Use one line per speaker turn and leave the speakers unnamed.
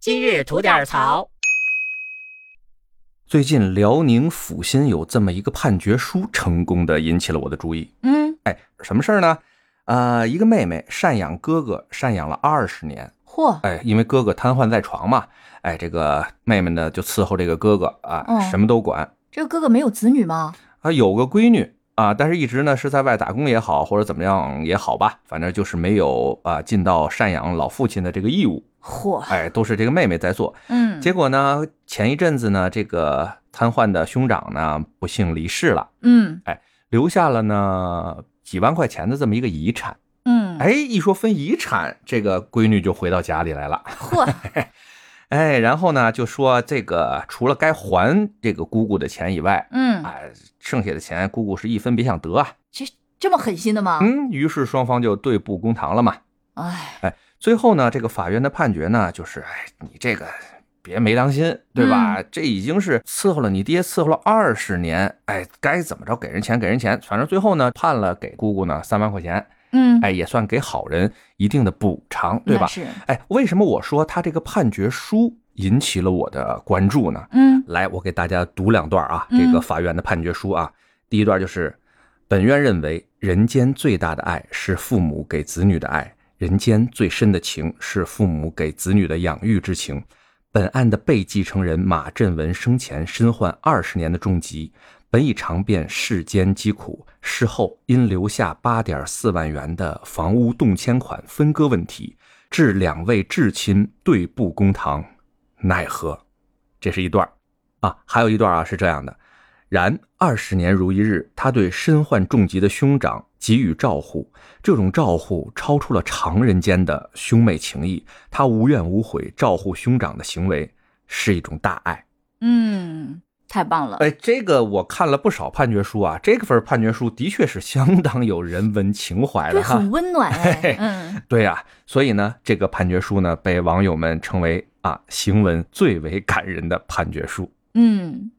今日吐点槽。
最近辽宁阜新有这么一个判决书，成功的引起了我的注意。
嗯，
哎，什么事儿呢？呃，一个妹妹赡养哥哥，赡养了二十年。
嚯，
哎，因为哥哥瘫痪在床嘛，哎，这个妹妹呢就伺候这个哥哥啊，
嗯
什么都管
这个哥哥没有子女吗？
啊，有个闺女啊，但是一直呢是在外打工也好，或者怎么样也好吧，反正就是没有啊尽到赡养老父亲的这个义务。
嚯，
哎，都是这个妹妹在做。
嗯，
结果呢，前一阵子呢，这个瘫痪的兄长呢不幸离世了，
嗯
留下了呢几万块钱的这么一个遗产。
嗯，
哎，一说分遗产，这个闺女就回到家里来了。
嚯，
哎，然后呢就说这个除了该还这个姑姑的钱以外，
嗯，
哎，剩下的钱姑姑是一分别想得啊。
这么狠心的吗？
嗯，于是双方就对簿公堂了嘛。
哎，
最后呢，这个法院的判决呢，就是哎，你这个别没良心，对吧？
嗯
这已经是伺候了你爹伺候了二十年，哎，该怎么着给人钱给人钱，反正最后呢判了给姑姑呢三万块钱，
嗯，
哎，也算给好人一定的补偿，对
那
吧？
是，
哎，为什么我说他这个判决书引起了我的关注呢？
嗯
来，我给大家读两段啊，
嗯
这个法院的判决书啊。第一段就是，本院认为人间最大的爱是父母给子女的爱，人间最深的情是父母给子女的养育之情。本案的被继承人马振文生前身患二十年的重疾，本已尝遍世间疾苦，事后因留下八点四万元的房屋动迁款分割问题，致两位至亲对簿公堂，奈何？这是一段儿啊，还有一段啊是这样的：然二十年如一日，他对身患重疾的兄长给予照护，这种照护超出了常人间的兄妹情谊，他无怨无悔照护兄长的行为是一种大爱。
嗯，太棒了。
哎，这个我看了不少判决书啊，这份判决书的确是相当有人文情怀
对，
的哈
很。温暖哎
嘿嘿，
嗯，
对呀、所以呢，这个判决书呢被网友们称为啊行文最为感人的判决书。
嗯，